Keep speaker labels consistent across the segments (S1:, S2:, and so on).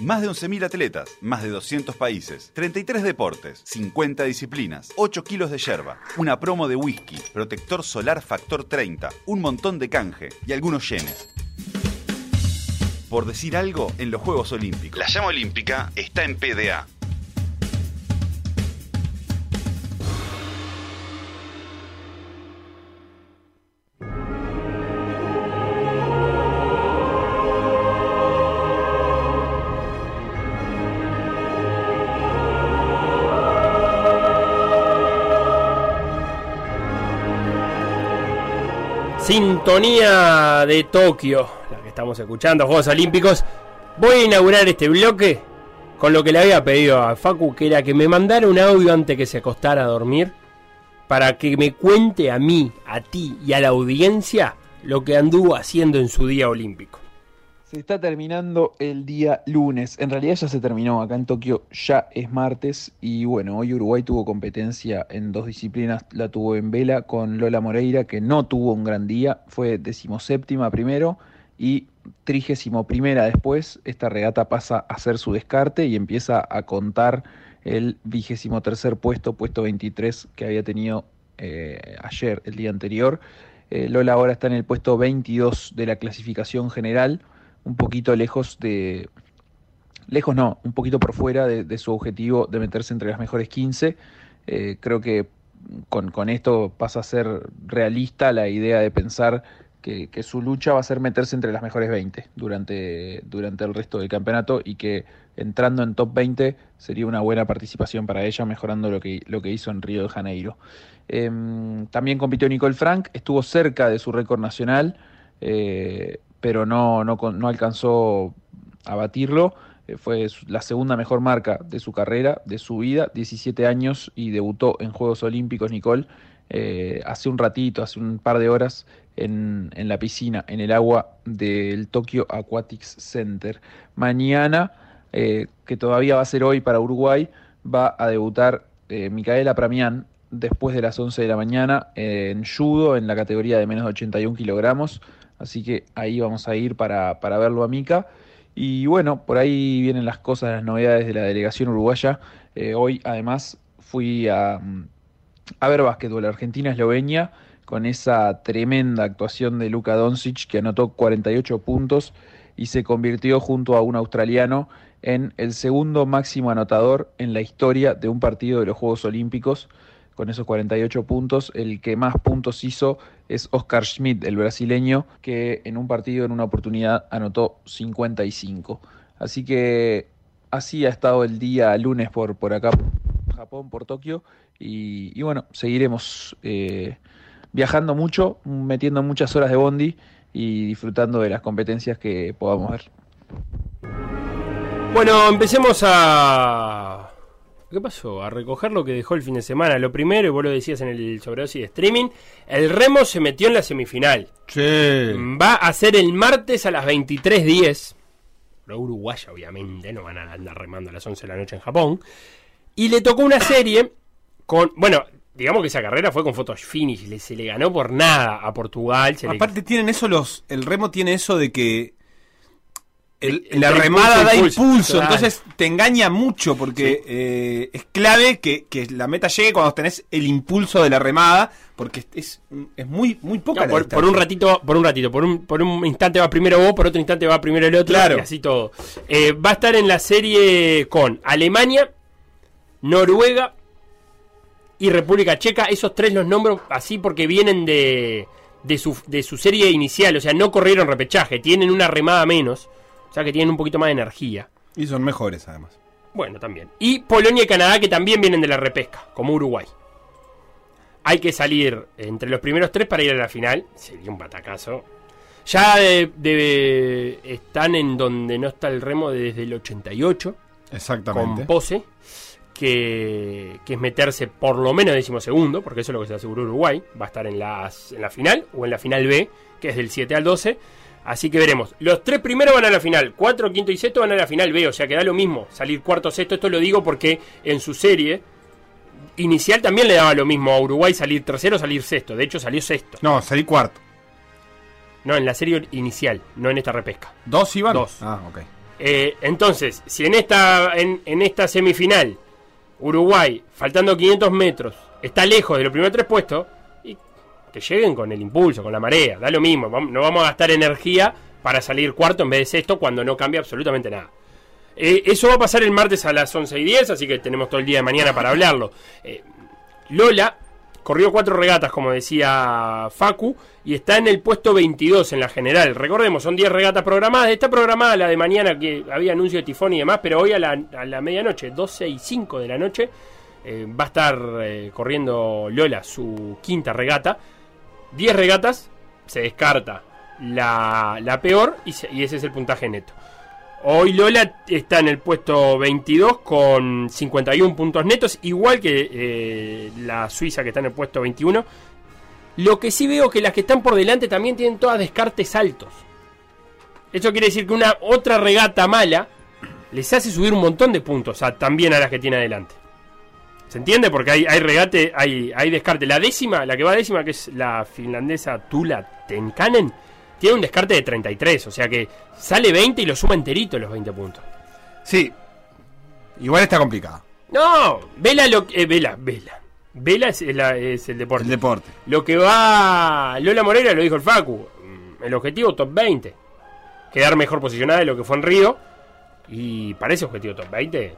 S1: Más de 11.000 atletas, más de 200 países, 33 deportes, 50 disciplinas, 8 kilos de yerba, una promo de whisky, protector solar factor 30, un montón de canje y algunos yenes. Por decir algo, en los Juegos Olímpicos. La llama olímpica está en PDA.
S2: Sintonía de Tokio, la que estamos escuchando, Juegos Olímpicos. Voy a inaugurar este bloque con lo que le había pedido a Facu, que era que me mandara un audio antes que se acostara a dormir, para que me cuente a mí, a ti y a la audiencia lo que anduvo haciendo en su día olímpico.
S3: Se está terminando el día lunes. En realidad ya se terminó. Acá en Tokio ya es martes. Y bueno, hoy Uruguay tuvo competencia en dos disciplinas. La tuvo en vela con Lola Moreira, que no tuvo un gran día. Fue decimoséptima primero y trigésimo primera después. Esta regata pasa a hacer su descarte y empieza a contar el vigésimo tercer puesto, puesto 23 que había tenido eh, ayer, el día anterior. Eh, Lola ahora está en el puesto 22 de la clasificación general un poquito lejos de. Lejos no, un poquito por fuera de, de su objetivo de meterse entre las mejores 15. Eh, creo que con, con, esto pasa a ser realista la idea de pensar que, que, su lucha va a ser meterse entre las mejores 20 durante, durante el resto del campeonato y que entrando en top 20 sería una buena participación para ella, mejorando lo que, lo que hizo en Río de Janeiro. Eh, también compitió Nicole Frank, estuvo cerca de su récord nacional. Eh, pero no, no, no, alcanzó a batirlo. Eh, Fue la segunda mejor marca de su carrera, de su vida, 17 años y debutó en Juegos Olímpicos, Nicole, eh, hace un ratito, hace un par de horas, en, en la piscina, en el agua del Tokyo Aquatics Center. Mañana, eh, que todavía va a ser hoy para Uruguay, va a debutar eh, Micaela Pramián después de las 11 de la mañana eh, en judo, en la categoría de menos de 81 kilogramos. Así que ahí vamos a ir para, para, verlo a Mica. Y bueno, por ahí vienen las cosas, las novedades de la delegación uruguaya. Eh, hoy además fui a, mm, a ver básquetbol Argentina-Eslovenia con esa tremenda actuación de Luka Doncic que anotó 48 puntos y se convirtió junto a un australiano en el segundo máximo anotador en la historia de un partido de los Juegos Olímpicos con esos 48 puntos. El que más puntos hizo es Oscar Schmidt, el brasileño, que en un partido, en una oportunidad, anotó 55. Así que así ha estado el día lunes por, por acá, por Japón, por Tokio. Y, y bueno, seguiremos eh, viajando mucho, metiendo muchas horas de bondi y disfrutando de las competencias que podamos ver.
S2: Bueno, empecemos a ¿Qué pasó? A recoger lo que dejó el fin de semana. Lo primero, y vos lo decías en el sobredosis de streaming, el Remo se metió en la semifinal.
S4: Sí. Mm,
S2: Va a ser el martes a las 23.10. Lo uruguaya, obviamente, no van a andar remando a las 11 de la noche en Japón. Y le tocó una serie con. Bueno, digamos que esa carrera fue con fotos finish. Le, se le ganó por nada a Portugal. Se
S4: Aparte,
S2: le...
S4: tienen eso los. El Remo tiene eso de que el, el, la remada da impulso, impulso claro. entonces te engaña mucho porque sí. eh, es clave que, que, la meta llegue cuando tenés el impulso de la remada, porque es, es muy, muy poca. No, la
S2: por, por, un ratito, por un ratito, por un, por un instante va primero vos, por otro instante va primero el otro, claro. y así todo. Eh, va a estar en la serie con Alemania, Noruega y República Checa. Esos tres los nombro así porque vienen de, de, su, de su serie inicial, o sea, no corrieron repechaje, tienen una remada menos. O sea que tienen un poquito más de energía.
S4: Y son mejores además.
S2: Bueno, también. Y Polonia y Canadá que también vienen de la repesca, como Uruguay. Hay que salir entre los primeros tres para ir a la final. Sería un batacazo. Ya de, de, están en donde no está el remo desde el 88.
S4: Exactamente.
S2: Con pose. Que, que, es meterse por lo menos decimosegundo, porque eso es lo que se aseguró Uruguay. Va a estar en, las, en la final o en la final B, que es del 7 al 12. Así que veremos. Los tres primeros van a la final. Cuatro, quinto y sexto van a la final B. O sea que da lo mismo. Salir cuarto, sexto. Esto lo digo porque en su serie inicial también le daba lo mismo a Uruguay salir tercero, salir sexto. De hecho salió sexto.
S4: No, salí cuarto.
S2: No, en la serie inicial, no en esta repesca.
S4: ¿Dos iban?
S2: Dos.
S4: Ah, ok.
S2: Eh, entonces, si en esta, en, en esta semifinal Uruguay, faltando 500 metros, está lejos de los primeros tres puestos, y que lleguen con el impulso, con la marea, da lo mismo, vam- no vamos a gastar energía para salir cuarto en vez de sexto cuando no cambia absolutamente nada. Eh, eso va a pasar el martes a las 11 y 10, así que tenemos todo el día de mañana para hablarlo. Eh, Lola corrió cuatro regatas, como decía Facu, y está en el puesto 22 en la general. Recordemos, son 10 regatas programadas. Está programada la de mañana, que había anuncio de tifón y demás, pero hoy a la, a la medianoche, 12 y 5 de la noche, eh, va a estar eh, corriendo Lola su quinta regata. 10 regatas, se descarta la, la peor y, se- y ese es el puntaje neto. Hoy Lola está en el puesto 22 con 51 puntos netos, igual que eh, la Suiza que está en el puesto 21. Lo que sí veo que las que están por delante también tienen todas descartes altos. Eso quiere decir que una otra regata mala les hace subir un montón de puntos a- también a las que tiene adelante. ¿Se entiende? Porque hay, hay regate, hay, hay descarte. La décima, la que va décima, que es la finlandesa Tula Tenkanen, tiene un descarte de 33. O sea que sale 20 y lo suma enterito los 20 puntos.
S4: Sí. Igual está complicado.
S2: No, vela lo que. eh, vela, vela. Vela es, la- es el deporte.
S4: El deporte.
S2: Lo que va Lola Morera, lo dijo el Facu. mm, El objetivo top 20. Quedar mejor posicionada de lo que fue en Río. Y para ese objetivo top 20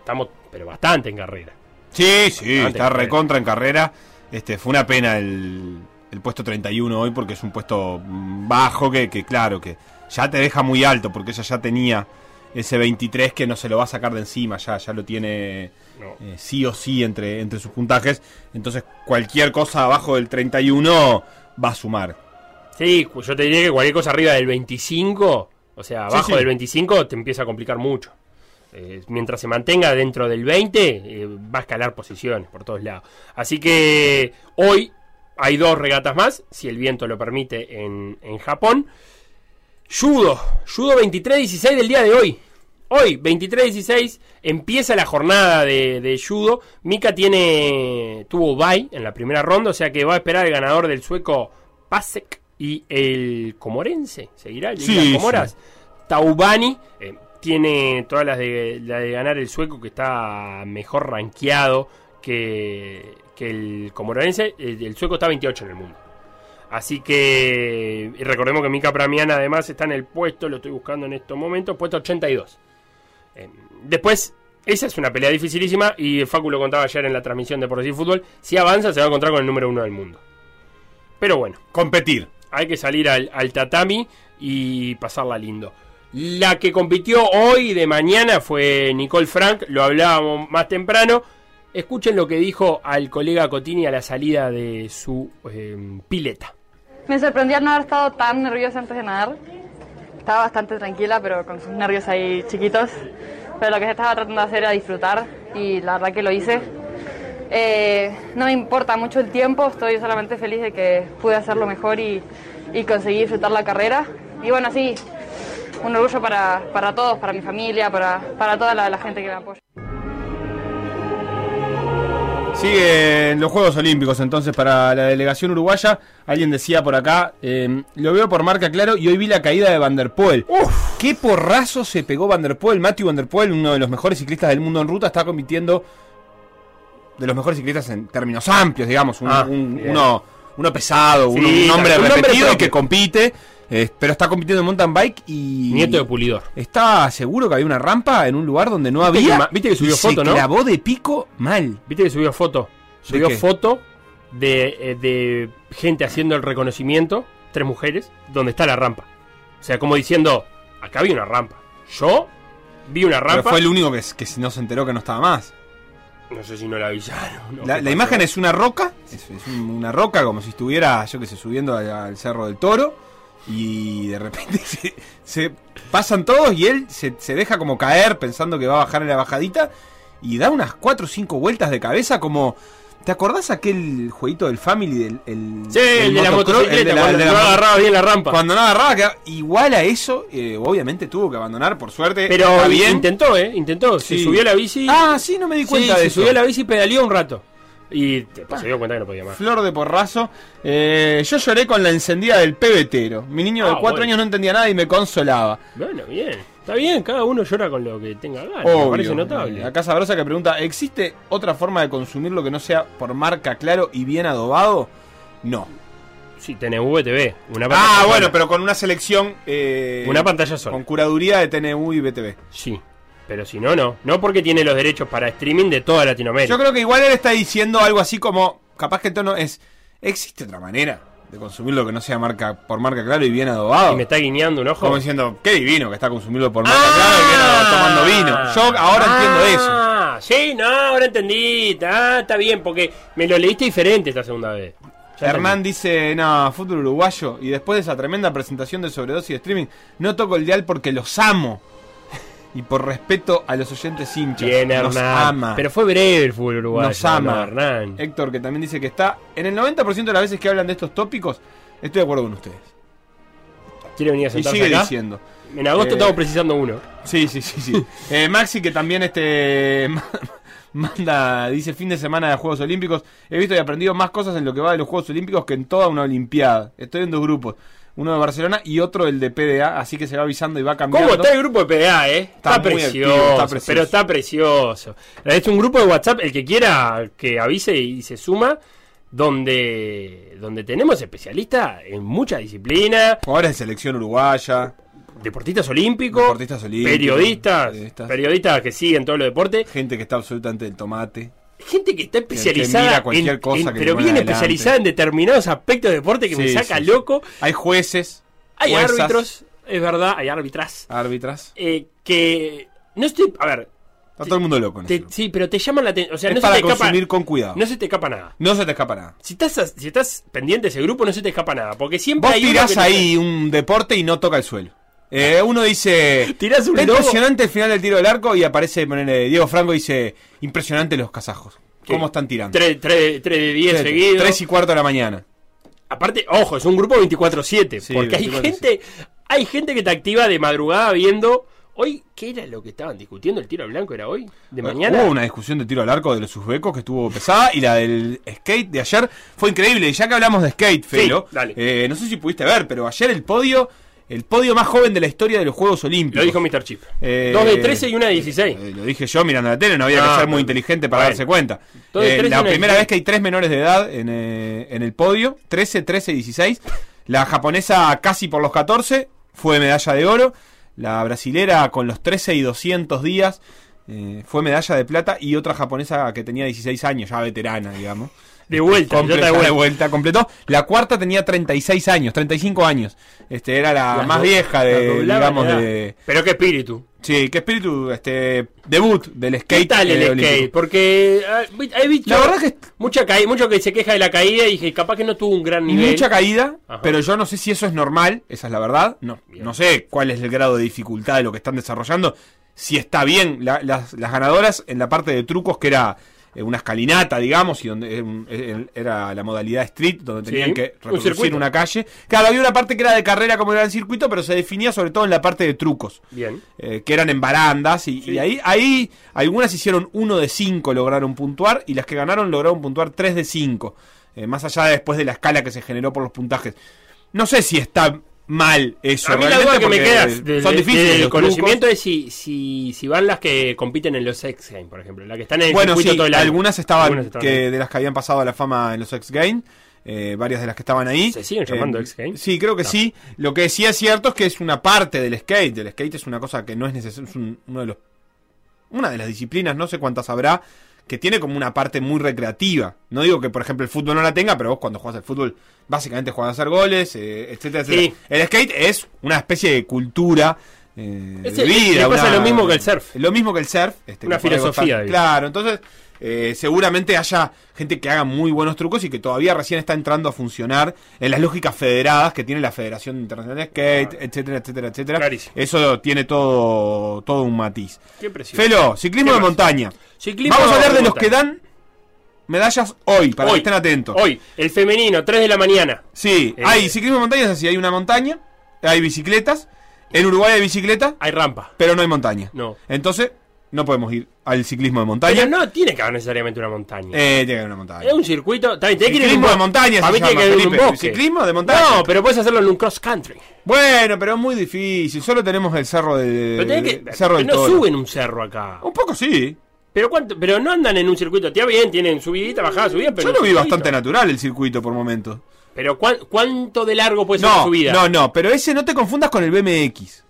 S2: estamos, pero bastante en carrera.
S4: Sí, sí,
S2: Bastante
S4: está
S2: en carrera.
S4: recontra en carrera. Este, fue una pena el, el puesto 31 hoy porque es un puesto mm, bajo que, que, claro, que ya te deja muy alto porque ella ya tenía ese 23 que no se lo va a sacar de encima, ya, ya lo tiene
S2: No.
S4: eh, sí o sí entre, entre sus puntajes. Entonces cualquier cosa abajo del 31 va a sumar.
S2: Sí, cu- yo te diría que cualquier cosa arriba del 25, o sea, abajo
S4: Sí, sí.
S2: del 25 te empieza a complicar mucho. Eh, mientras se mantenga dentro del 20, eh, va a escalar posiciones por todos lados. Así que hoy hay dos regatas más, si el viento lo permite, en, en Japón. Judo, Judo 23-16 del día de hoy. Hoy, 23-16, empieza la jornada de, de Judo. Mika tiene, tuvo bye en la primera ronda, o sea que va a esperar el ganador del sueco Pasek y el comorense. ¿Seguirá el de
S4: Sí,
S2: Islas
S4: sí.
S2: Comoras? Taubani eh, tiene todas las de, la de ganar el sueco que está mejor rankeado que, que el comorense. El, el sueco está 28 en el mundo. Así que y recordemos que Mika Pramian además está en el puesto, lo estoy buscando en estos momentos, puesto 82. Eh, después, esa es una pelea dificilísima y Facu lo contaba ayer en la transmisión de Por decir Fútbol. Si avanza, se va a encontrar con el número uno del mundo. Pero bueno,
S4: Competir.
S2: hay que salir al, al tatami y pasarla lindo. La que compitió hoy de mañana fue Nicole Frank, lo hablábamos más temprano. Escuchen lo que dijo al colega Cotini a la salida de su eh, pileta.
S5: Me sorprendió no haber estado tan nerviosa antes de nadar. Estaba bastante tranquila, pero con sus nervios ahí chiquitos. Pero lo que estaba tratando de hacer era disfrutar y la verdad que lo hice. Eh, no me importa mucho el tiempo, estoy solamente feliz de que pude hacerlo mejor y, y conseguí disfrutar la carrera. Y bueno, sí, un orgullo para, para todos, para mi familia, para, para toda la- la gente que me apoya.
S4: Siguen los Juegos Olímpicos entonces para la delegación uruguaya. Alguien decía por acá, eh, lo veo por marca claro y hoy vi la caída de Van der Poel. ¡Qué porrazo se pegó Van der Poel! Matthew Van der Poel, uno de los mejores ciclistas del mundo en ruta, está compitiendo de los mejores ciclistas en términos amplios, digamos. Un-
S2: Ah,
S4: un-
S2: bien.
S4: uno, uno pesado, un-
S2: Sí,
S4: un hombre
S2: un hombre
S4: repetido y
S2: propio.
S4: que compite, eh, pero está compitiendo en mountain bike y...
S2: Nieto de Pulidor.
S4: Estaba seguro que había una rampa en un lugar donde no
S2: Viste que
S4: había.
S2: ma- viste que
S4: y
S2: subió
S4: se
S2: foto, ¿no?
S4: clavó de pico mal.
S2: Viste que subió foto. Subió
S4: qué?
S2: foto de, eh, de gente haciendo el reconocimiento, tres mujeres, donde está la rampa. O sea, como diciendo, acá había una rampa. Yo vi una rampa.
S4: Pero fue el único que, que no se enteró que no estaba más.
S2: No sé si no la avisaron.
S4: la la imagen es una roca, es, es un- una roca como si estuviera, yo que sé, subiendo al, al Cerro del Toro. Y de repente se, se pasan todos y él se, se deja como caer pensando que va a bajar en la bajadita. Y da unas 4 o 5 vueltas de cabeza como... ¿Te acordás aquel jueguito del Family? Del, el,
S2: Sí, el, de la
S4: motocross, el
S2: motocicleta,
S4: de la-
S2: cuando
S4: de la
S2: no
S4: moto-
S2: agarraba bien la rampa.
S4: Cuando no agarraba, quedaba- igual a eso, eh, obviamente tuvo que abandonar, por suerte.
S2: Pero
S4: está bien.
S2: intentó, ¿eh? Intentó.
S4: Sí.
S2: Se subió a la bici.
S4: Ah, sí, no me di
S2: Sí,
S4: cuenta de
S2: se
S4: eso.
S2: subió a la bici y pedaleó un rato. Y después se dio cuenta que no podía más.
S4: Flor de porrazo. Eh, yo lloré con la encendida del pebetero. Mi niño de
S2: Ah,
S4: cuatro
S2: bueno.
S4: años no entendía nada y me consolaba.
S2: Bueno, bien. Está bien, cada uno llora con lo que tenga ganas. Ah, me
S4: Obvio. eh,
S2: parece notable.
S4: Acá Sabrosa que pregunta, ¿existe otra forma de consumir lo que no sea por marca claro y bien adobado? No.
S2: Sí, tenés VTV. Una
S4: Ah,
S2: pantalla
S4: bueno,
S2: sola.
S4: pero con una selección... eh,
S2: Una pantalla sola.
S4: Con curaduría de TNU y BTV.
S2: Sí. Pero si no, no. No porque tiene los derechos para streaming de toda Latinoamérica.
S4: Yo creo que igual él está diciendo algo así como, capaz que el tono es, ¿existe otra manera de consumir lo que no sea marca por marca claro y bien adobado?
S2: Y me está guiñando un ojo.
S4: Como diciendo, qué divino que está consumirlo por marca claro y bien adobado, tomando vino. Yo ahora entiendo eso.
S2: Ah, Sí, no, ahora entendí. Ah, está bien, porque me lo leíste diferente esta segunda vez. Ya
S4: Hernán dice, no, fútbol uruguayo. Y después de esa tremenda presentación de sobredosis de streaming, no toco el dial porque los amo. Y por respeto a los oyentes hinchas.
S2: entendí. Bien,
S4: nos
S2: Hernán.
S4: ama.
S2: Pero fue breve el fútbol uruguayo.
S4: nos ama. Eh,
S2: no, Hernán.
S4: Héctor, que también dice que está... En el 90% de las veces que hablan de estos tópicos, estoy de acuerdo con ustedes.
S2: Quiere venir a
S4: Y
S2: sentarse
S4: sigue
S2: acá.
S4: diciendo.
S2: En agosto
S4: Eh,
S2: estamos precisando uno.
S4: Sí, sí, sí, sí. Eh, Maxi, que también este ma- manda, dice fin de semana de Juegos Olímpicos. He visto y aprendido más cosas en lo que va de los Juegos Olímpicos que en toda una Olimpiada. Estoy en dos grupos, uno de Barcelona y otro el de PDA, así que se va avisando y va cambiando.
S2: ¿Cómo está el grupo de PDA, eh? Está,
S4: Está muy
S2: precioso,
S4: activo, está precioso.
S2: Pero está precioso. Es un grupo de WhatsApp, el que quiera que avise y se suma, donde, donde tenemos especialistas en muchas disciplinas,
S4: Jugadores de selección uruguaya.
S2: deportistas olímpicos,
S4: Deportistas olímpicos,
S2: periodistas,
S4: periodistas.
S2: periodistas, que siguen todos los deportes,
S4: Gente que está absolutamente del tomate.
S2: gente que está
S4: Que
S2: especializada
S4: mira cualquier
S2: en-
S4: cosa
S2: en-
S4: que le
S2: pero
S4: ponen
S2: bien
S4: adelante.
S2: especializada en determinados aspectos de deporte que me
S4: Sí,
S2: saca
S4: sí, sí.
S2: loco.
S4: Hay jueces.
S2: Hay
S4: juezas,
S2: árbitros, es verdad, hay árbitras
S4: Árbitras.
S2: eh, que no estoy, a ver,
S4: Está todo el mundo loco. En
S2: te-
S4: ese grupo.
S2: sí, pero te llaman la atención, o sea,
S4: es
S2: no se
S4: para
S2: te escapa.
S4: consumir con cuidado.
S2: No se te escapa nada.
S4: No se te escapa nada.
S2: Si estás, a- si estás pendiente de ese grupo, no se te escapa nada. Porque siempre
S4: Vos
S2: hay uno que
S4: tirás
S2: te-
S4: ahí un deporte y no toca el suelo. Eh, uno dice.
S2: Tirás un
S4: "Está
S2: lobo".
S4: Impresionante el final del tiro del arco y aparece ponele, Diego Franco y dice: Impresionante los kazajos.
S2: ¿Qué?
S4: ¿Cómo están tirando?
S2: Tres, tres- tres de 10 seguidos.
S4: 3 y cuarto de la mañana.
S2: Aparte, ojo, es un grupo 24-7.
S4: Sí,
S2: porque hay
S4: 24/7.
S2: gente, hay gente que te activa de madrugada viendo. Hoy, ¿qué era lo que estaban discutiendo? ¿El tiro al blanco era hoy? ¿De mañana?
S4: Eh, Hubo una discusión de tiro al arco de los uzbecos que estuvo pesada y la del skate de ayer fue increíble. Y ya que hablamos de skate, Felo,
S2: dale.
S4: eh, no sé si pudiste ver, pero ayer el podio, el podio más joven de la historia de los Juegos Olímpicos.
S2: Lo dijo Mr. Chip.
S4: Eh,
S2: Dos de 13 y una de 16.
S4: Eh, lo dije yo mirando la tele, no había
S2: Ah,
S4: que ser muy
S2: bueno.
S4: inteligente para
S2: Bueno.
S4: darse cuenta.
S2: Entonces,
S4: Eh,
S2: 13
S4: la
S2: no es-
S4: primera vez que hay tres menores de edad en, eh, en el podio, 13, 13 y 16. La japonesa casi por los 14, fue medalla de oro. La brasilera con los 13 y 200 días eh, fue medalla de plata. Y otra japonesa que tenía 16 años, ya veterana, digamos.
S2: De vuelta,
S4: Completa-
S2: ya está de
S4: de vuelta, completó. La cuarta tenía 36 años, 35 años. Este era la
S2: Las
S4: más
S2: do-
S4: vieja
S2: las
S4: de,
S2: doblaban
S4: digamos,
S2: edad.
S4: de,
S2: Pero qué espíritu.
S4: Sí, qué espíritu, este, debut del skate.
S2: ¿Qué tal el
S4: eh,
S2: skate?
S4: olímpico.
S2: Porque ah, vi- he visto
S4: La verdad que-
S2: mucha caída, mucho que se queja de la caída y dije, capaz que no tuvo un gran nivel.
S4: Mucha caída,
S2: Ajá.
S4: pero yo no sé si eso es normal, esa es la verdad. No,
S2: Bien.
S4: no sé cuál es el grado de dificultad de lo que están desarrollando. Si está bien la- las, las ganadoras en la parte de trucos que era eh, una escalinata, digamos, y donde eh, un- eh, era la modalidad street, donde
S2: Sí,
S4: tenían que
S2: un
S4: reproducir
S2: circuito.
S4: una calle. Claro, había una parte que era de carrera como era el circuito, pero se definía sobre todo en la parte de trucos.
S2: Bien.
S4: eh, que eran en barandas y,
S2: Sí.
S4: y ahí, ahí algunas hicieron uno de cinco lograron puntuar y las que ganaron lograron puntuar tres de cinco eh, más allá de después de la escala que se generó por los puntajes no sé si está mal eso
S2: A mí la
S4: realmente,
S2: duda que me
S4: porque,
S2: queda
S4: eh,
S2: del,
S4: son difíciles
S2: del
S4: los
S2: conocimiento
S4: trucos.
S2: es si, si, si van las que compiten en los X Games, por ejemplo, las que están en el
S4: bueno
S2: circuito
S4: sí
S2: todo el año.
S4: algunas estaban, que
S2: ahí.
S4: de las que habían pasado a la fama en los X Games eh, varias de las que estaban ahí Eh,
S2: ¿Se siguen llamando X Games?
S4: sí creo que
S2: No.
S4: sí lo que sí es cierto es que es una parte del skate el skate es una cosa que no es necesario es un- uno de los una de las disciplinas, no sé cuántas habrá, que tiene como una parte muy recreativa. No digo que, por ejemplo, el fútbol no la tenga, pero vos cuando jugás al fútbol, básicamente jugás a hacer goles, eh, etcétera,
S2: Sí.
S4: etcétera. El skate es una especie de cultura. eh,
S2: Es
S4: de
S2: el-
S4: vida,
S2: le pasa
S4: una-
S2: lo mismo que el surf.
S4: Lo mismo que el surf. este,
S2: Una
S4: que por algo
S2: filosofía,
S4: está-
S2: digamos.
S4: Claro, entonces eh, seguramente haya gente que haga muy buenos trucos y que todavía recién está entrando a funcionar en las lógicas federadas que tiene la Federación Internacional de Skate,
S2: Claro.
S4: etcétera, etcétera, etcétera.
S2: Clarísimo.
S4: Eso tiene todo, todo un matiz.
S2: Qué presión.
S4: Felo, ciclismo
S2: ¿Qué
S4: de
S2: más?
S4: montaña.
S2: Ciclismo
S4: Vamos a hablar de los
S2: montaña.
S4: que dan medallas hoy, para que
S2: Hoy,
S4: estén atentos.
S2: Hoy, el femenino, 3 de la mañana.
S4: Sí,
S2: Eh.
S4: hay ciclismo de montaña, es así, hay una montaña, hay bicicletas. En Uruguay hay bicicleta,
S2: Hay rampa.
S4: pero no hay montaña.
S2: No.
S4: Entonces, no podemos ir al ciclismo de montaña.
S2: Pero no tiene que haber necesariamente una montaña.
S4: Eh, tiene que haber una montaña.
S2: es un circuito. También tiene que ir en un
S4: Ciclismo de
S2: bo-
S4: montaña,
S2: Para
S4: se
S2: mí tiene
S4: llama,
S2: que ir en un
S4: Felipe.
S2: bosque.
S4: Ciclismo de montaña. Eh,
S2: No, pero puedes hacerlo en un cross country.
S4: Bueno, pero es muy difícil. Solo tenemos el cerro de.
S2: Pero tenés que,
S4: cerro
S2: pero
S4: del
S2: no
S4: Toro.
S2: suben un cerro acá.
S4: Un poco sí.
S2: Pero cuánto, pero no andan en un circuito. Tía bien, tienen subidita, bajada, subida, pero
S4: Yo
S2: en
S4: lo
S2: un
S4: vi
S2: circuito.
S4: bastante natural el circuito por momentos.
S2: Pero cuán- cuánto de largo puede ser la
S4: No,
S2: subida.
S4: no, no. Pero ese no te confundas con el BMX.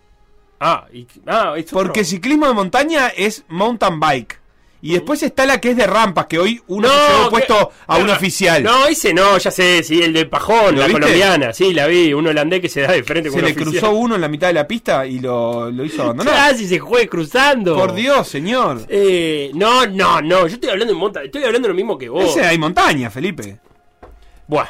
S2: Ah, y, ah, es otro.
S4: Porque ciclismo de montaña es mountain bike. Y después está la que es de rampas, que hoy uno se llevó
S2: Mm. que-
S4: puesto a un
S2: no,
S4: oficial.
S2: No, ese no, ya sé, sí, el de Pajón,
S4: ¿Lo
S2: la
S4: viste?
S2: colombiana, sí, la vi, un holandés que se da de frente con un
S4: se le
S2: oficial.
S4: cruzó uno en la mitad de la pista y lo, lo hizo abandonar.
S2: Casi se fue cruzando.
S4: Por Dios, señor.
S2: Eh, no, no, no, yo estoy hablando en monta, estoy hablando lo mismo que vos.
S4: Ese hay montaña, Felipe.
S2: Buah,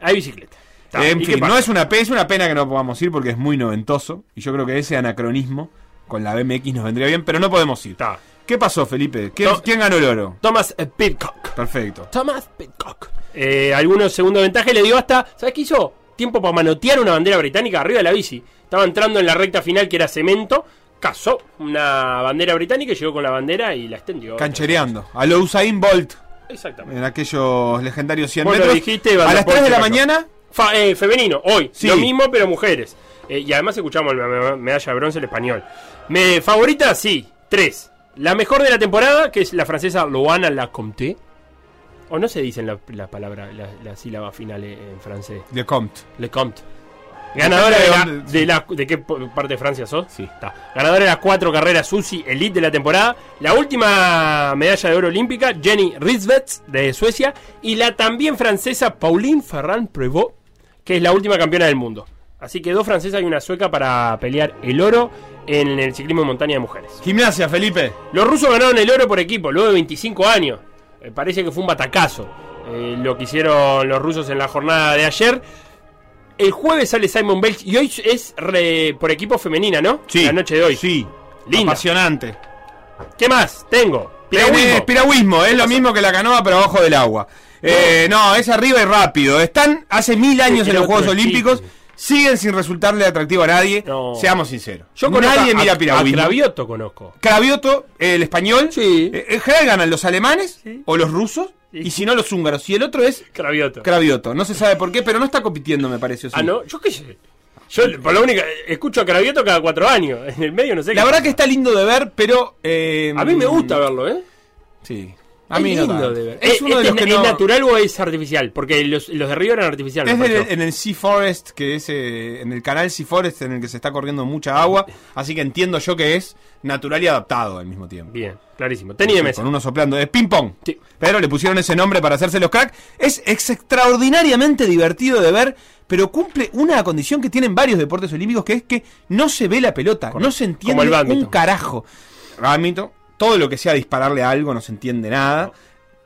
S2: hay bicicleta. Está,
S4: en
S2: ¿y qué
S4: fin,
S2: pasa?
S4: no es una, pe- es una pena que no podamos ir porque es muy noventoso. Y yo creo que ese anacronismo con la BMX nos vendría bien, pero no podemos ir.
S2: Está.
S4: ¿Qué pasó, Felipe? ¿Quién,
S2: No.
S4: quién ganó el oro?
S2: Thomas eh, Pidcock.
S4: Perfecto.
S2: Thomas Pidcock. Eh, algunos segundos de ventaja y le dio hasta. ¿Sabes qué hizo? Tiempo para manotear una bandera británica arriba de la bici. Estaba entrando en la recta final que era cemento. Cazó una bandera británica y llegó con la bandera y la extendió.
S4: Canchereando. A lo Usain Bolt
S2: Exactamente.
S4: en aquellos legendarios 100
S2: Vos lo
S4: metros.
S2: dijiste, Van
S4: a
S2: der
S4: las 3 de
S2: Poel
S4: la
S2: se cayó.
S4: mañana.
S2: Fa- eh, femenino, hoy.
S4: Sí.
S2: Lo mismo, pero mujeres. Eh, y además escuchamos la me- medalla de bronce el español. Me, favorita, sí, tres. La mejor de la temporada, que es la francesa Loana Lacomte. O no se dicen la, la palabra, la, la sílaba final eh, en francés.
S4: De Comte.
S2: Lecomte. Ganadora de, la,
S4: de dónde-
S2: de, la- ¿de qué po- parte de Francia sos? Sí. Está. Ganadora de las cuatro carreras Susi, elite de la temporada. La última medalla de oro olímpica, Jenny Risvets de Suecia. Y la también francesa Pauline Ferrand Prevot, que es la última campeona del mundo. Así que dos francesas y una sueca para pelear el oro en el ciclismo de montaña de mujeres.
S4: Gimnasia, Felipe.
S2: Los rusos ganaron el oro por equipo, luego de 25 años. Eh, parece que fue un batacazo eh, lo que hicieron los rusos en la jornada de ayer. El jueves sale Simon Belch y hoy es re- por equipo femenina, ¿no?
S4: Sí.
S2: La noche de hoy.
S4: Sí.
S2: Linda.
S4: Apasionante.
S2: ¿Qué más? Tengo.
S4: Piragüismo.
S2: Piragüismo.
S4: piragüismo, Eh, es lo mismo que la canoa, pero abajo del agua. Eh, no, es arriba y rápido. Están hace mil años en
S2: era
S4: los
S2: otro
S4: Juegos
S2: estilo.
S4: Olímpicos, siguen sin resultarle atractivo a nadie.
S2: No.
S4: Seamos sinceros.
S2: Yo conozco
S4: nadie
S2: a-
S4: mira
S2: a-
S4: piragüismo.
S2: A Cravioto conozco.
S4: Cravioto, eh, el español.
S2: Sí.
S4: Eh, en general ganan los alemanes
S2: Sí.
S4: o los rusos,
S2: Sí.
S4: y si no, los húngaros. Y el otro es
S2: Cravioto.
S4: Cravioto. No se sabe por qué, pero no está compitiendo, me parece. o sí.
S2: ah, no, yo qué sé. Yo, por lo único, escucho a Cravioto cada cuatro años. En el medio no sé
S4: La
S2: qué
S4: verdad
S2: pasa.
S4: que está lindo de ver, pero. eh,
S2: A mí me gusta verlo, ¿eh?
S4: Sí. A mí
S2: es
S4: no
S2: lindo
S4: tanto.
S2: de ver. Eh, este
S4: Es uno de los que
S2: ¿Es
S4: no.
S2: natural o es artificial? Porque los, los de Río eran artificiales.
S4: Es
S2: me
S4: en el,
S2: pareció.
S4: en el Sea Forest, que es eh, en el canal Sea Forest en el que se está corriendo mucha agua, así que entiendo yo que es natural y adaptado al mismo tiempo.
S2: Bien, clarísimo. Tenis de mesa.
S4: Con uno soplando, es ping pong.
S2: Sí.
S4: Pero le pusieron ese nombre para hacerse los crack. Es, ex- extraordinariamente divertido de ver, pero cumple una condición que tienen varios deportes olímpicos, que es que no se ve la pelota,
S2: Correcto.
S4: no se entiende
S2: Como el bádminton.
S4: un carajo. Bádminton, todo lo que sea dispararle a algo no se entiende nada.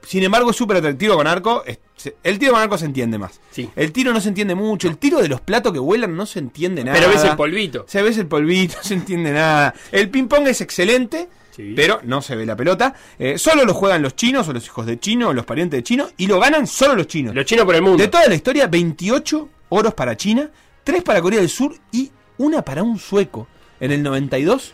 S4: Sin embargo, es súper atractivo con arco. Es- se- El tiro con arco se entiende más.
S2: Sí.
S4: El tiro no se entiende mucho. El tiro de los platos que vuelan no se entiende nada.
S2: Pero ves el polvito.
S4: Se ve el polvito, no se entiende nada. El ping-pong es excelente,
S2: Sí.
S4: pero no se ve la pelota. Eh, solo lo juegan los chinos, o los hijos de chino, o los parientes de chino, y lo ganan solo los chinos.
S2: Los chinos por el mundo.
S4: De toda la historia, 28 oros para China, 3 para Corea del Sur y una para un sueco. En el 92,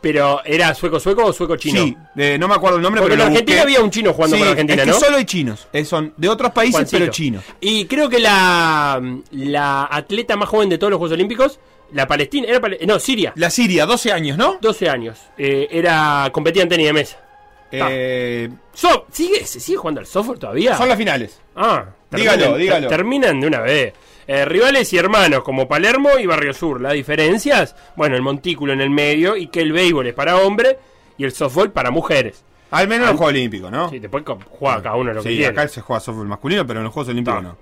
S2: Pero ¿era sueco-sueco o sueco-chino?
S4: sí, eh, no me acuerdo el nombre,
S2: Porque en
S4: pero lo
S2: Argentina
S4: busqué.
S2: había un chino jugando
S4: Sí,
S2: por Argentina,
S4: es que
S2: ¿no?
S4: solo hay chinos. Eh, son de otros países,
S2: Juancito.
S4: pero chinos.
S2: Y creo que la, la atleta más joven de todos los Juegos Olímpicos, la Palestina, era Pale- no, Siria,
S4: La Siria, 12 años, ¿no?
S2: 12 años, eh, era competía en tenis de mesa.
S4: Eh,
S2: So, ¿sigue, ¿Se sigue jugando al software todavía?
S4: son las finales.
S2: Ah,
S4: Dígalo,
S2: terminan-
S4: dígalo.
S2: ter- Terminan de una vez. Eh, rivales y hermanos como Palermo y Barrio Sur. Las diferencias, bueno, el montículo en el medio y que el béisbol es para hombres y el softball para mujeres.
S4: Al menos en los Juegos Olímpicos, ¿no?
S2: Sí, después co- juega cada uno lo que
S4: Ah. Sí,
S2: quiere.
S4: acá se juega softball masculino, pero en los Juegos Olímpicos
S2: No.
S4: no.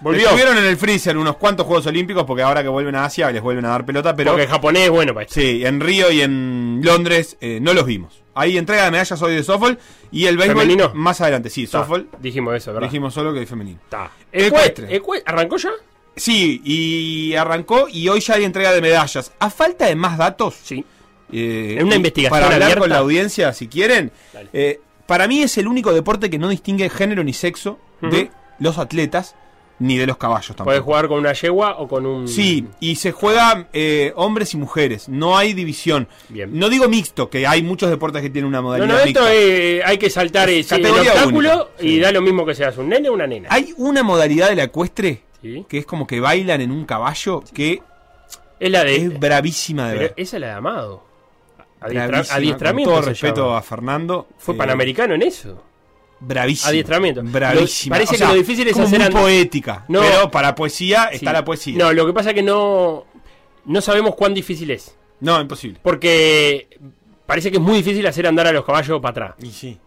S2: Volvió.
S4: Estuvieron en el freezer unos cuantos Juegos Olímpicos porque ahora que vuelven a Asia les vuelven a dar pelota, pero
S2: Porque el japonés es bueno para esto.
S4: sí, en Río y en Londres eh, no los vimos. Ahí entrega de medallas hoy de softball y el béisbol
S2: ¿Femenino?
S4: más adelante. Sí,
S2: Está,
S4: softball.
S2: Dijimos eso, ¿verdad?
S4: Dijimos solo que hay femenino.
S2: Está.
S4: Ecuestre.
S2: Ecue- ecue- ¿Arrancó ya?
S4: Sí, y arrancó y hoy ya hay entrega de medallas. A falta de más datos,
S2: Sí.
S4: eh,
S2: Es una
S4: y
S2: investigación
S4: Para hablar
S2: abierta.
S4: con la audiencia, si quieren.
S2: Dale.
S4: eh, para mí es el único deporte que no distingue género ni sexo
S2: Ujú.
S4: de los atletas. ni de los caballos tampoco.
S2: Podés jugar con una yegua o con un.
S4: Sí, y se juega eh, hombres y mujeres, no hay división.
S2: Bien.
S4: No digo mixto, que hay muchos deportes que tienen una
S2: No,
S4: modalidad
S2: no, esto
S4: mixta.
S2: eh, hay que saltar eh, sí, el
S4: Categoría
S2: obstáculo
S4: única.
S2: y
S4: Sí.
S2: da lo mismo que seas un nene o una nena.
S4: Hay una modalidad de la ecuestre
S2: Sí.
S4: que es como que bailan en un caballo que
S2: Es la de.
S4: es bravísima de
S2: Eh, pero
S4: ver.
S2: esa es la de Amado. Adiestra-
S4: Bravísima, con
S2: adiestramiento.
S4: todo
S2: se
S4: respeto
S2: llama.
S4: a Fernando.
S2: Fue
S4: eh,
S2: panamericano en eso.
S4: Bravísima.
S2: Adiestramiento.
S4: Bravísima.
S2: Lo- parece que lo difícil es
S4: como
S2: hacer
S4: muy
S2: andar-
S4: poética.
S2: No.
S4: Pero para poesía
S2: Sí.
S4: está la poesía.
S2: No, lo que pasa es que no. No sabemos cuán difícil es.
S4: No, imposible.
S2: Porque parece que es muy difícil hacer andar a los caballos para atrás.
S4: Y sí.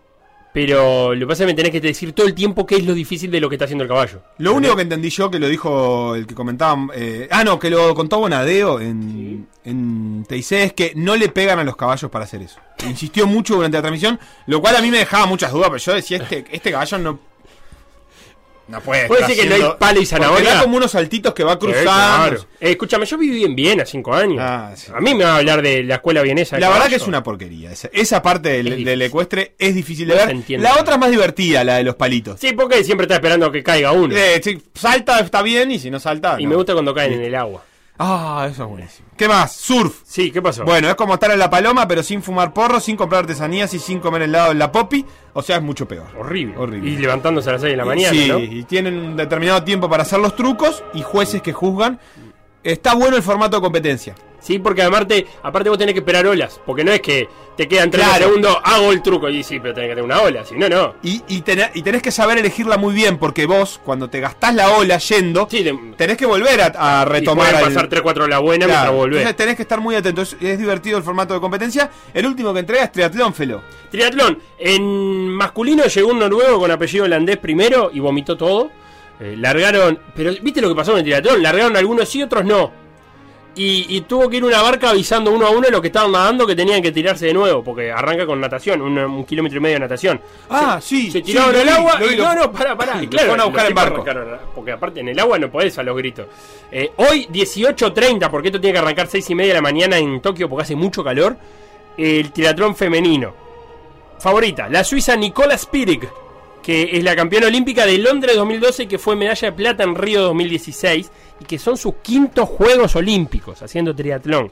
S2: Pero lo que pasa es que me tenés que decir todo el tiempo qué es lo difícil de lo que está haciendo el caballo.
S4: Lo único que entendí yo, que lo dijo el que comentaban, eh, ah, no, que lo contó Bonadeo en, en TIC, es que no le pegan a los caballos para hacer eso. Insistió mucho durante la transmisión, lo cual a mí me dejaba muchas dudas, pero yo decía, este, este caballo no... No puede
S2: Puede
S4: estar
S2: ser que no
S4: haciendo-
S2: hay palo y
S4: porque
S2: zanahoria.
S4: da como unos saltitos que va
S2: Eh,
S4: cruzando.
S2: claro. Eh, escúchame, yo viví en Viena cinco años.
S4: Ah, sí.
S2: A mí me va a hablar de la escuela vienesa. de
S4: La verdad
S2: caballo.
S4: que es una porquería. Esa, esa parte del,
S2: Es difícil.
S4: del ecuestre es difícil de
S2: No se
S4: ver.
S2: entiende.
S4: La otra es más divertida, la de los palitos.
S2: Sí, porque siempre está esperando que caiga uno.
S4: Eh, si salta está bien y si no salta...
S2: y
S4: no.
S2: me gusta cuando caen en el agua.
S4: Ah, eso es buenísimo. ¿Qué más? Surf.
S2: Sí, ¿qué pasó?
S4: Bueno, es como estar en la paloma, pero sin fumar porro, sin comprar artesanías y sin comer helado en la popi. O sea, es mucho peor.
S2: horrible.
S4: horrible.
S2: Y levantándose a las 6 de la mañana,
S4: sí,
S2: ¿no?
S4: y tienen un determinado tiempo para hacer los trucos y jueces que juzgan. Está bueno el formato de competencia.
S2: Sí, porque aparte, aparte vos tenés que esperar olas. Porque no es que te quedan 30
S4: Claro.
S2: segundos, hago el truco. Y sí, pero tenés que tener una ola. Si no, no.
S4: Y, y tené- y tenés que saber elegirla muy bien, porque vos, cuando te gastás la ola yendo,
S2: Sí, de-
S4: tenés que volver a, a
S2: y
S4: retomar.
S2: pueden
S4: al-
S2: pasar 3-4 olas buenas
S4: Claro,
S2: mientras volvés.
S4: entonces tenés que estar muy atento. Es, es divertido el formato de competencia. El último que entrega es triatlón, Felo.
S2: Triatlón. En masculino llegó un noruego con apellido holandés primero y vomitó todo. Eh, largaron. Pero, ¿viste lo que pasó en el triatlón? Largaron algunos sí, otros no. Y, y tuvo que ir una barca avisando uno a uno los que estaban nadando que tenían que tirarse de nuevo, porque arranca con natación, un, un kilómetro y medio de natación.
S4: Ah, sí,
S2: Se
S4: sí,
S2: tiraron
S4: lo
S2: al
S4: vi,
S2: agua
S4: lo vi,
S2: y
S4: lo-
S2: no, no, pará, pará. Y
S4: Lo
S2: claro,
S4: fueron a
S2: los
S4: buscar en
S2: tipos
S4: barco.
S2: arrancaron, porque aparte en el agua no podés a los gritos. Eh, hoy 18.30, porque esto tiene que arrancar 6 y media de la mañana en Tokio porque hace mucho calor, el tiratrón femenino. Favorita, la suiza Nicola Spirig, que es la campeona olímpica de Londres 2012 y que fue medalla de plata en Río 2016 y que son sus quintos Juegos Olímpicos haciendo triatlón.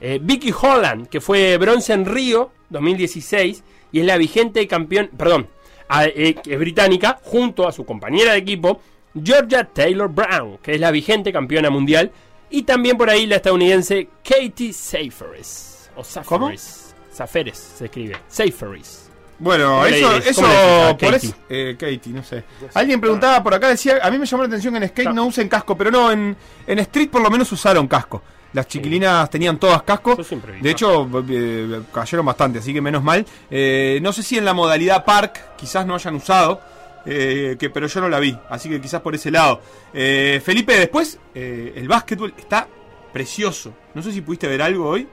S2: Eh, Vicky Holland, que fue bronce en Río 2016 y es la vigente campeón, perdón, a- eh, que es británica, junto a su compañera de equipo, Georgia Taylor Brown, que es la vigente campeona mundial, y también por ahí la estadounidense Katie Saferis. O
S4: ¿Cómo?
S2: Saferis. Saferis se escribe. Saferis.
S4: Bueno,
S2: ¿Cómo le
S4: eso,
S2: dices?
S4: eso
S2: ¿Cómo le dices a
S4: por
S2: Katie?
S4: es- eh, Katie, no sé. Alguien preguntaba por acá, decía, a mí me llamó la atención que en skate
S2: No.
S4: no usen casco, pero no, en, en street por lo menos usaron casco. Las chiquilinas tenían todas casco.
S2: Yo siempre vi
S4: De hecho, eh, cayeron bastante, así que menos mal. Eh, no sé si en la modalidad park quizás no hayan usado, eh, que, pero yo no la vi, así que quizás por ese lado. Eh, Felipe, después, eh, el básquetbol está precioso. No sé si pudiste ver algo hoy.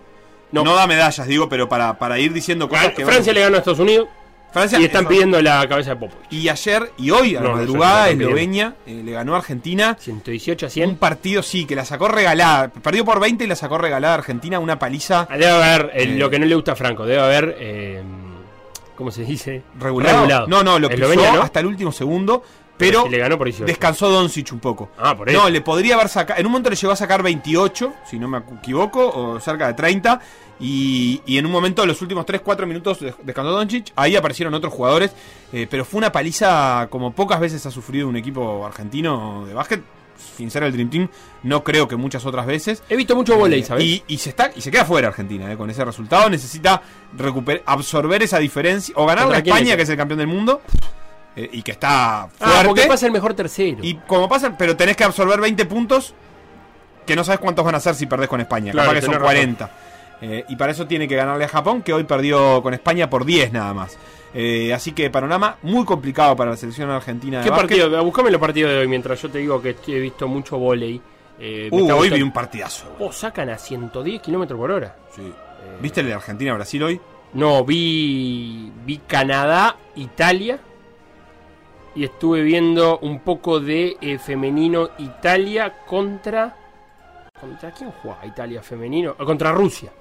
S4: No,
S2: No.
S4: da medallas, digo, pero para, para ir diciendo cosas que... van-
S2: Francia le ganó a Estados Unidos
S4: Francia
S2: y están
S4: eso-
S2: pidiendo la cabeza de Popovich.
S4: y ayer y hoy, a la
S2: No, no,
S4: madrugada,
S2: yo no, no,
S4: Eslovenia eh, le ganó a Argentina.
S2: 118 a
S4: Un
S2: 100.
S4: partido, sí, que la sacó regalada. Perdió por 20 y la sacó regalada a Argentina. Una paliza
S2: Ah, Debe haber eh,
S4: Eh.
S2: lo que no le gusta a Franco. Debe haber. eh, ¿Cómo se dice?
S4: regulada. No, no, lo pisó
S2: Eslovenia, ¿no?
S4: hasta el último segundo. Pero
S2: si le ganó por 18.
S4: descansó Doncic un poco.
S2: Ah, por eso.
S4: No, le podría haber sacado. En un momento le llegó a sacar 28, si no me equivoco, o cerca de 30. Y, y en un momento, los últimos 3-4 minutos, des- descansó Doncic. Ahí aparecieron otros jugadores. eh, pero fue una paliza como pocas veces ha sufrido un equipo argentino de básquet. Sin ser el Dream Team, no creo que muchas otras veces.
S2: He visto mucho volei, ¿sabes?
S4: Eh, Y, y se está, y se queda fuera Argentina eh, con ese resultado. Necesita recuper- absorber esa diferencia o ganar a
S2: ¿Contra quién
S4: España,
S2: es?
S4: que es el campeón del mundo eh, y que está fuerte.
S2: Ah, porque pasa el mejor tercero.
S4: Y como pasa, pero tenés que absorber 20 puntos que no sabes cuántos van a ser si perdés con España.
S2: Claro,
S4: Capaz que son
S2: tenés razón.
S4: 40. Eh, y para eso tiene que ganarle a Japón, que hoy perdió con España por 10 nada más. Eh, así que panorama muy complicado para la selección argentina. de
S2: ¿Qué
S4: básquet.
S2: partido? Buscame los partidos de hoy mientras yo te digo que estoy- he visto mucho volei. Eh, me
S4: Uh,
S2: está
S4: hoy
S2: gustando-
S4: vi un partidazo. güey.
S2: Oh, sacan a 110 kilómetros por hora.
S4: Sí. ¿Viste el de Argentina-Brasil hoy?
S2: No, vi, vi Canadá, Italia. Y estuve viendo un poco de eh, femenino Italia contra. ¿Contra quién jugaba Italia femenino? Ah, Contra Rusia.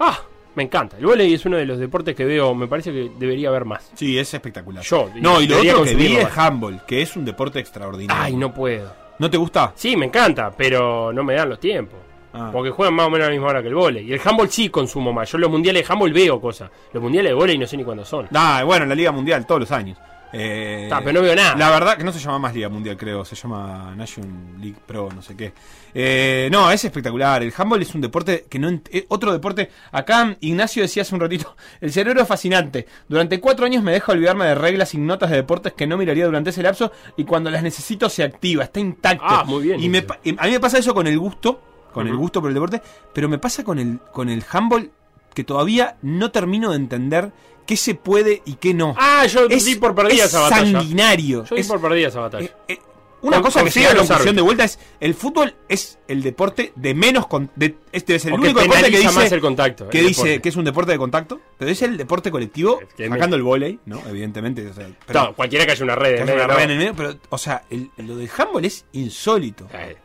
S2: ¡Ah! Me encanta. El volei es uno de los deportes que veo, me parece que debería haber más.
S4: Sí, es espectacular.
S2: Yo,
S4: no, y lo
S2: debería
S4: otro que vi
S2: consumirlo
S4: es
S2: más.
S4: handball, que es un deporte extraordinario.
S2: Ay, no puedo.
S4: ¿No te gusta?
S2: Sí, me encanta, pero no me dan los tiempos.
S4: Ah.
S2: Porque juegan más o menos a la misma hora que el vole. Y el handball sí consumo más. Yo los mundiales de handball veo cosas. Los mundiales de vole no sé ni cuándo son.
S4: Nah, Ah, bueno, la Liga Mundial todos los años. Eh,
S2: Ta, pero no veo nada.
S4: La verdad que no se llama más Liga Mundial, creo. Se llama Nation League Pro, no sé qué. Eh, no, es espectacular. El handball es un deporte que no. ent- eh, Otro deporte. Acá Ignacio decía hace un ratito: el cerebro es fascinante. Durante cuatro años me deja olvidarme de reglas y notas de deportes que no miraría durante ese lapso. Y cuando las necesito se activa, está intacto.
S2: Ah, muy bien,
S4: Y me
S2: Ignacio.
S4: pa- eh, a mí me pasa eso con el gusto. Con el
S2: Ujú.
S4: gusto por el deporte. Pero me pasa con el, con el handball que todavía no termino de entender qué se puede y qué no
S2: Ah, yo di por perdida
S4: es
S2: esa batalla.
S4: sanguinario.
S2: Yo di
S4: Es-
S2: por perdida esa batalla.
S4: eh, eh, una
S2: Con-
S4: cosa que
S2: confío
S4: llega a
S2: en
S4: la
S2: los
S4: conclusión
S2: árbitros.
S4: de vuelta es el fútbol es el deporte de menos con- de- este es el
S2: O que
S4: único deporte que
S2: penaliza
S4: dice
S2: más el contacto,
S4: que
S2: el
S4: dice
S2: deporte.
S4: que es un deporte de contacto, pero es el deporte colectivo
S2: El que me-
S4: sacando el volei, ¿no? Evidentemente, o sea, pero-
S2: no, cualquiera que haya una red.
S4: que
S2: en
S4: haya
S2: medio,
S4: una red
S2: no.
S4: en el medio, pero, o sea, el- lo del handball es insólito.
S2: Eh,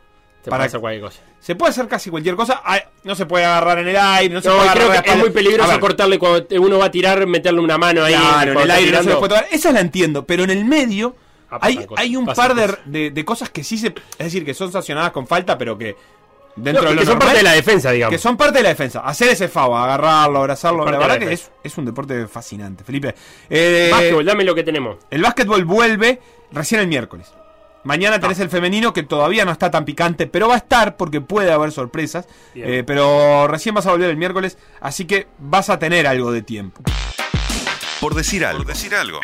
S2: te
S4: Para-
S2: pasa cualquier cosa.
S4: Se puede hacer casi cualquier cosa, ah, no se puede agarrar en el aire, no se
S2: No,
S4: puede agarrar
S2: creo
S4: la
S2: que es
S4: pala.
S2: muy
S4: A
S2: peligroso
S4: ver,
S2: cortarle cuando te- uno va a tirar, meterle una mano ahí.
S4: Claro, en
S2: cuando
S4: el
S2: está
S4: aire no se
S2: tirando.
S4: los puede tocar. Esa la entiendo, pero en el medio
S2: Ah, pasan
S4: hay,
S2: cosas,
S4: hay un
S2: pasan
S4: par de,
S2: cosas.
S4: de- de cosas que sí se. Es decir, que son sancionadas con falta, pero que. Dentro
S2: No,
S4: de lo
S2: que son
S4: normal,
S2: parte de la defensa, digamos.
S4: que son parte de la defensa. Hacer ese FAO, agarrarlo, abrazarlo.
S2: Es parte
S4: La
S2: de la
S4: verdad que es,
S2: defensa.
S4: es un deporte fascinante, Felipe. Eh,
S2: Básquetbol, dame lo que tenemos.
S4: el básquetbol vuelve recién el miércoles.
S2: Ah.
S4: Mañana tenés el femenino que todavía no está tan picante, pero va a estar porque puede haber sorpresas.
S2: Bien.
S4: Eh, pero recién vas a volver el miércoles, así que vas a tener algo de tiempo.
S1: Por decir algo. Por decir algo.